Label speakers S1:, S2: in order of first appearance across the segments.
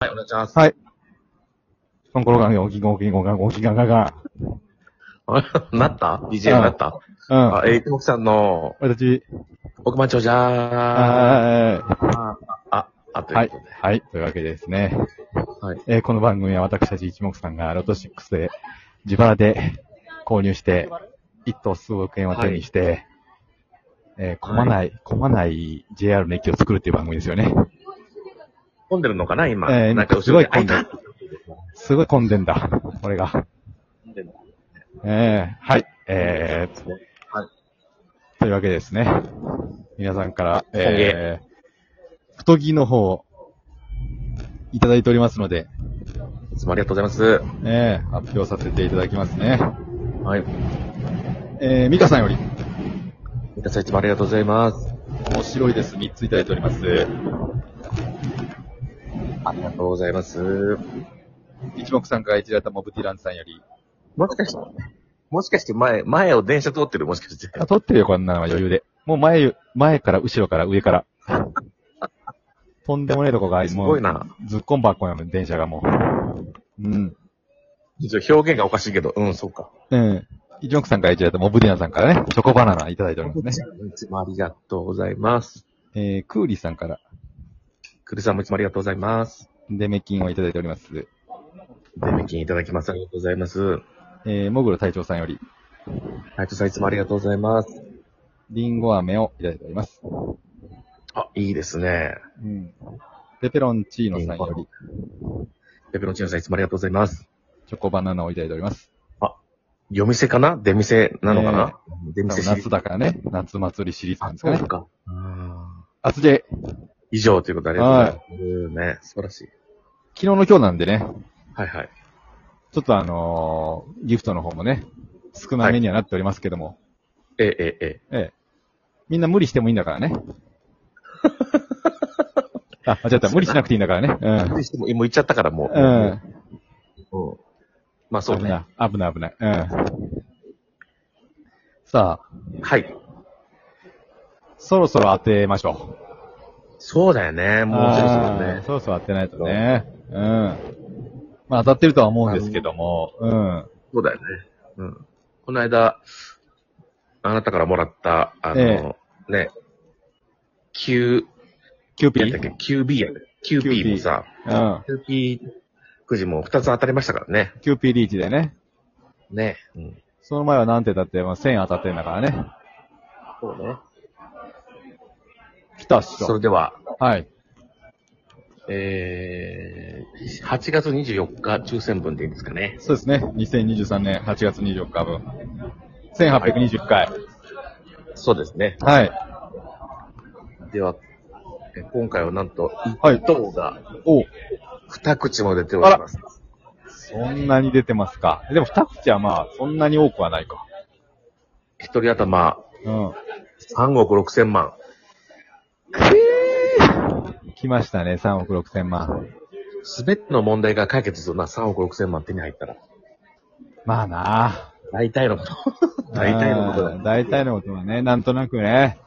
S1: はい、お願いします。
S2: はいその頃が、おきがおきがおきがおきががが。
S1: なった ?DJ
S2: うん
S1: なった、
S2: うん。
S1: あ、えー、ともきさんの、
S2: 俺たち、
S1: 億万長者あ
S2: あー
S1: あ、あ、あ、ということで。
S2: はい、というわけでですね。
S1: はい。
S2: えーこの番組は私たち一目さんがロト6で自腹で購入して、一等数億円を手にして、えー、混まない、混まない JR の駅を作るっていう番組ですよね。
S1: 混んでるのかな今。
S2: えー
S1: なんか
S2: すご
S1: 後
S2: い
S1: ろ
S2: 混
S1: に
S2: んでる。すごい混んでんだ。これが。
S1: 混んでるの。
S2: えー、はい。えー、
S1: ー、
S2: というわけでですね。皆さんから、えー、太着の方、いただいておりますので、
S1: いつもありがとうございます。
S2: えー、発表させていただきますね。
S1: はい。
S2: えー、ミカさんより、
S1: 三田さんいつもありがとうございます。
S2: 面白いです。3ついただいております。
S1: ありがとうございます。
S2: 一目散から一だったモブティランさんより。
S1: もしかして、もしかして前、前を電車通ってるもしかして。
S2: あ、撮ってるよ、こんなのは余裕で。もう前、前から、後ろから、上から。 とんでもねえとこが、
S1: す
S2: も
S1: ご
S2: う
S1: い、な。
S2: ずっこんばっこなの、電車がもう。うん。
S1: ちょっと表現がおかしいけど、うん、そうか。
S2: うん。一目散から一だったモブティランさんからね、チョコバナナいただいておりますね。
S1: いつもありがとうございます。
S2: えー、クーリーさんから、
S1: クリさんもいつもありがとうございます。
S2: デメキンをいただいております。
S1: デメキンいただきます。ありがとうございます。
S2: えー、モグロ隊長さんより、
S1: はい、とさんいつもありがとうございます。
S2: リンゴ飴をいただいております。
S1: あ、いいですね。
S2: うん。ペペロンチーノさんより、
S1: ペペロンチーノさんいつもありがとうございます。
S2: チョコバナナをいただいております。
S1: 夜店かな出店なのかな、出
S2: 多
S1: 店シ
S2: 分
S1: リー
S2: 夏
S1: ズ。
S2: だからね、夏祭りシリーズなん
S1: あ、
S2: です
S1: そ
S2: か
S1: う
S2: ね。
S1: か。あー
S2: あつで、
S1: 以上ということでありがとうございます。ね、素晴らしい。
S2: 昨日の今日なんでね、
S1: はいはい。
S2: ちょっとあのーギフトの方もね、少なめにはなっておりますけども、
S1: え、え、え。
S2: みんな無理してもいいんだか らね。あ、間違った。無理しなくていいんだからね。
S1: でしても、もう行っちゃったからもう。
S2: うん。うん。
S1: うんまあそう
S2: 危
S1: ね。
S2: ない。危ない、危ない。うん。さあ、
S1: はい。
S2: そろそろ当てましょう。
S1: そうだよね。もうそろそろ
S2: あー
S1: ね。
S2: そろそろ当てないとね。うん。まあ当たってるとは思うんですけども、うん。
S1: そうだよね。うん。この間、あなたからもらった、あの、ね、Q、
S2: キューピ
S1: やったっけ
S2: ー
S1: ?QB やね。QB もさ、
S2: うん。
S1: QB くじも2つ当たりましたからね。
S2: キューピーリーチでね。
S1: ね。うん。
S2: その前は何てだって、まあ、1000当たってんだからね。
S1: そうね。
S2: 来たっし
S1: それ
S2: ょ。
S1: では、
S2: はい。
S1: えー、8月24日抽選分でいいんですかね。
S2: そうですね。2023年8月24日分。1820回。
S1: そうですね。
S2: はい。
S1: では、え今回はなんと、
S2: はい
S1: 1等が
S2: お
S1: 2口も出ております。
S2: そんなに出てますか。でも二口はまあ、そんなに多くはないか。
S1: 一人頭
S2: うん。
S1: 3億6千万。
S2: 来ましたね。3億6千万。
S1: すべての問題が解決するな、3億6千万手に入ったら。
S2: まあなあ。
S1: 大体のこと。 大体のことだ
S2: う。ん大体のことはね、なんとなくね。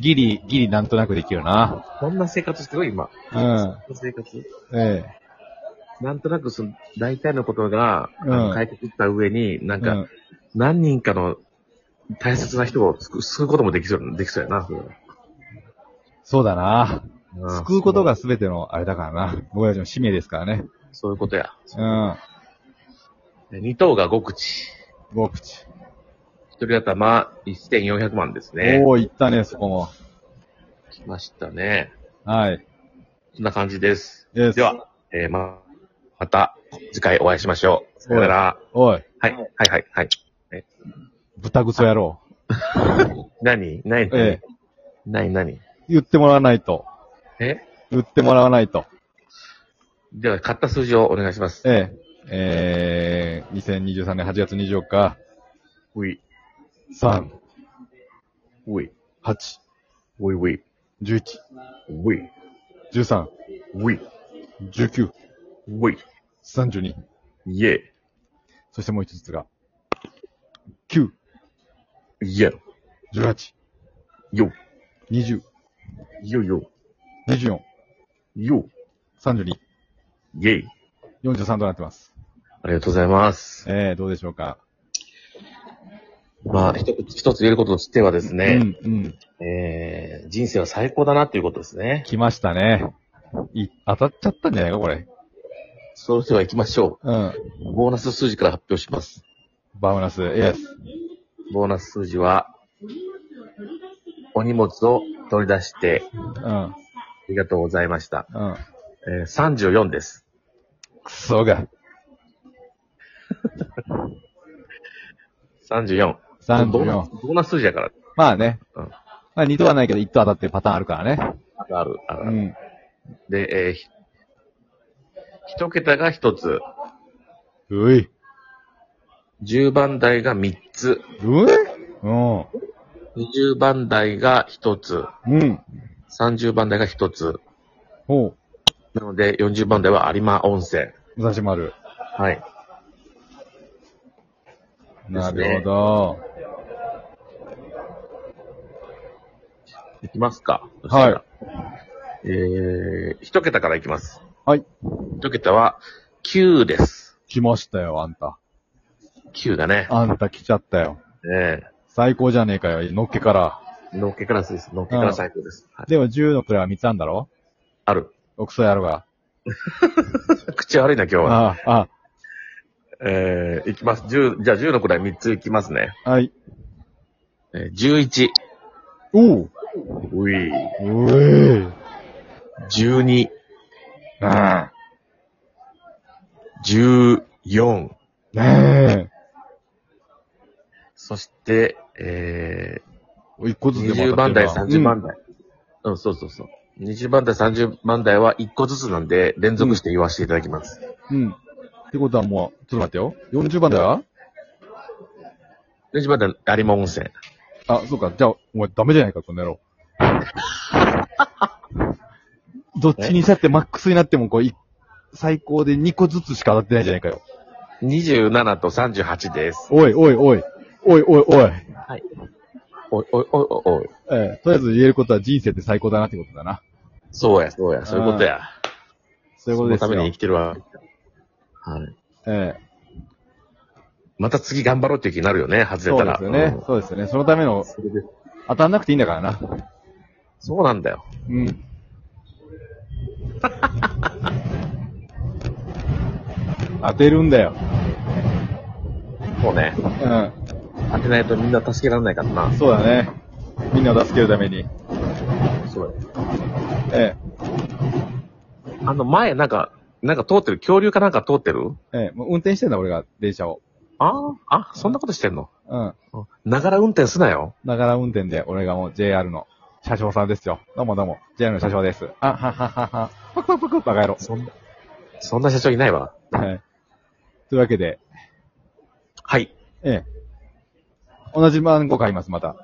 S2: ギリ、ギリなんとなくできるな。
S1: こんな生活してる今。
S2: う
S1: そ
S2: ん。
S1: な生活。
S2: え
S1: なんとなくその、大体のことが、あ
S2: うん
S1: の解決した上に、な
S2: え。
S1: んか、
S2: うん
S1: 何人かの大切な人を救救うこともできそう、できそうやな。それは
S2: そうだな。
S1: うん
S2: 救うことが全てのあれだからな。僕たちの使命ですからね。
S1: そういうことや。
S2: うん。
S1: 2等が5口。
S2: 5口。
S1: 一人頭1400万ですね。
S2: おお、いったね、そこも。
S1: 来ましたね。
S2: はい。
S1: こんな感じです。
S2: で
S1: では、えー、ま、また、次回お会いしましょう。さよなら。
S2: おい、
S1: はい、はい、はい、はい。
S2: 豚ぐそ野郎。
S1: 何何
S2: ええ
S1: 何何
S2: 言ってもらわないと。
S1: え
S2: 言ってもらわないと。
S1: では、買った数字をお願いします。
S2: ええ。えー、2023年8月24日、
S1: うい、
S2: 3、
S1: うい、
S2: 8、
S1: うい、うい、
S2: 11、
S1: うい、
S2: 13、
S1: うい、
S2: 19、
S1: うい、
S2: 32。
S1: イェ
S2: そしてもう一つが、9、
S1: イ、イェ
S2: 18、
S1: よ、
S2: 20、
S1: よよ、
S2: 24、
S1: よ、
S2: 32。
S1: イェイ。
S2: 43となってます。
S1: ありがとうございます。
S2: えー、どうでしょうか。
S1: まあ、一つ一つ言えることとしてはですね、
S2: うん、うん。
S1: えー、人生は最高だなっていうことですね。
S2: 来ましたね。い、当たっちゃったんじゃないか、これ。
S1: それでは行きましょ
S2: うん。
S1: う。ボーナス数字から発表します。
S2: バウナス、イエス。
S1: ボーナス数字は、お荷物を取り出して、
S2: うん、
S1: ありがとうございました。
S2: うん。
S1: えー、34です。
S2: くそが。
S1: 34。ボーナ
S2: 34
S1: ス。ボーナス数字やから。
S2: まあね。
S1: うん
S2: まあ2とはないけど、1と当たってるパターンあるからね。
S1: あるある。ある
S2: うん。
S1: で、えーひ、一桁が一つ、
S2: うい。
S1: 10番台が三つ、
S2: ういうん。
S1: 20番台が一つ、
S2: うん。
S1: 30番台が一つ。
S2: ほう。
S1: なので、40番台は有馬温泉。
S2: 武蔵丸。
S1: はい。
S2: なるほど。
S1: いきますか。。
S2: はい
S1: えー、一桁からいきます。
S2: はい。
S1: 一桁は9です。
S2: 来ましたよ、あんた。
S1: 9だね。
S2: あんた来ちゃったよ。
S1: え
S2: 最高じゃねえかよ、のっけから。
S1: えのっけからです。のっけから最高です。はい、
S2: でも10のくらいは3つあんだろ
S1: ある。
S2: おくそやろが。
S1: 口悪いな、今日は。
S2: ああ、
S1: えー、いきます。10、じゃあ10のくらい3ついきますね。
S2: あ、はい。
S1: えー、11。
S2: おう
S1: うい。
S2: うえい。
S1: 12。
S2: あ
S1: 14。
S2: あ。ね
S1: そして、え
S2: え。一個
S1: ー、
S2: ずつで
S1: 20
S2: も当たっ
S1: 番
S2: て
S1: 台、
S2: るな
S1: 30番台。うん、そうそうそう。20番台、30番台は1個ずつなんで、連続して言わせていただきます。
S2: うん。うん。ってことはもう、ちょっと待ってよ。40番だよ。
S1: 20番台、有馬温泉。
S2: あ、そうか。じゃあ、お前ダメじゃないか、この野郎。どっちにしたってマックスになっても、こう、い最高で2個ずつしか当たってないじゃないかよ。
S1: 27と38です。
S2: おい、おい、おい。おい、おい、おい。
S1: おい、おい、おい、おい、おい。
S2: ええ、とりあえず言えることは人生って最高だなってことだな。
S1: そうや、そうや、そういうことや。
S2: そういうことです
S1: そのために
S2: よ
S1: 生。きてるわ。はい。
S2: ええ、
S1: また次頑張ろうっていう気になるよね、外れ
S2: そ
S1: た
S2: うで
S1: ら。
S2: すよね。そうですよね。そのための、
S1: うんそれで
S2: 当たんなくていいんだからな。
S1: そうなんだよ。
S2: うん。当てるんだよ。
S1: そうね。
S2: うん。
S1: 当てないとみんな助けられないからな。
S2: そうだね。みんなを助けるために。
S1: そう
S2: え
S1: あの前、なんか、なんか通ってる、恐竜かなんか通ってる
S2: え、ええ、もう運転してんだ、俺が、電車を。
S1: ああ、あ、そんなことしてんの
S2: うん。
S1: ながら運転すなよ。
S2: ながら運転で、俺がもう JR の車掌さんですよ。どうもどうも、JR の車掌です。あ、はははは。パクパクパク、バカ野郎。
S1: そんな、そんな社長いないわ。
S2: はい。というわけで、
S1: はい。
S2: ええ。同じ番号買います、また。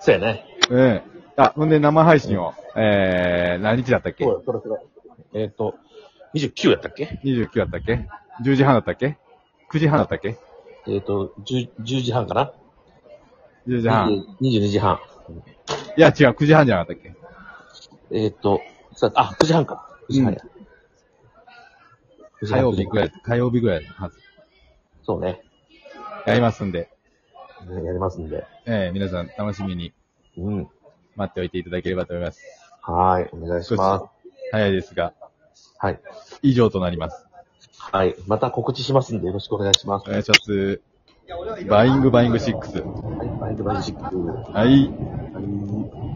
S1: そうやね。
S2: ええ。あ、ほんで生配信を、ええ、何日だったっけ
S1: そうや、それそれ。えっ、ー、と、29やったっけ
S2: ?29 だったっけ ?10 時半だったっけ ?9 時半だったっけ
S1: えっ、ー、と10、10時半かな
S2: ?10 時半。
S1: 20 ?22 時半。
S2: いや、違う、9時半じゃなかったっけ
S1: えっ、ー、と、さあ、9時半か。9時半や。9時
S2: 火
S1: 半
S2: 曜日ぐらい、火曜日ぐらいのはず。
S1: そうね。
S2: やりますんで、
S1: ねやりますんで。
S2: ええ、皆さん楽しみに
S1: うん。
S2: 待っておいていただければと思います。
S1: はーい。お願いしま
S2: 早いですが、
S1: す。はい。
S2: 以上となります。
S1: はい。また告知しますんでよろしくお願いします。
S2: お願いします。バイングバイング6。
S1: はい。バイバイシック。
S2: は
S1: は
S2: い。
S1: い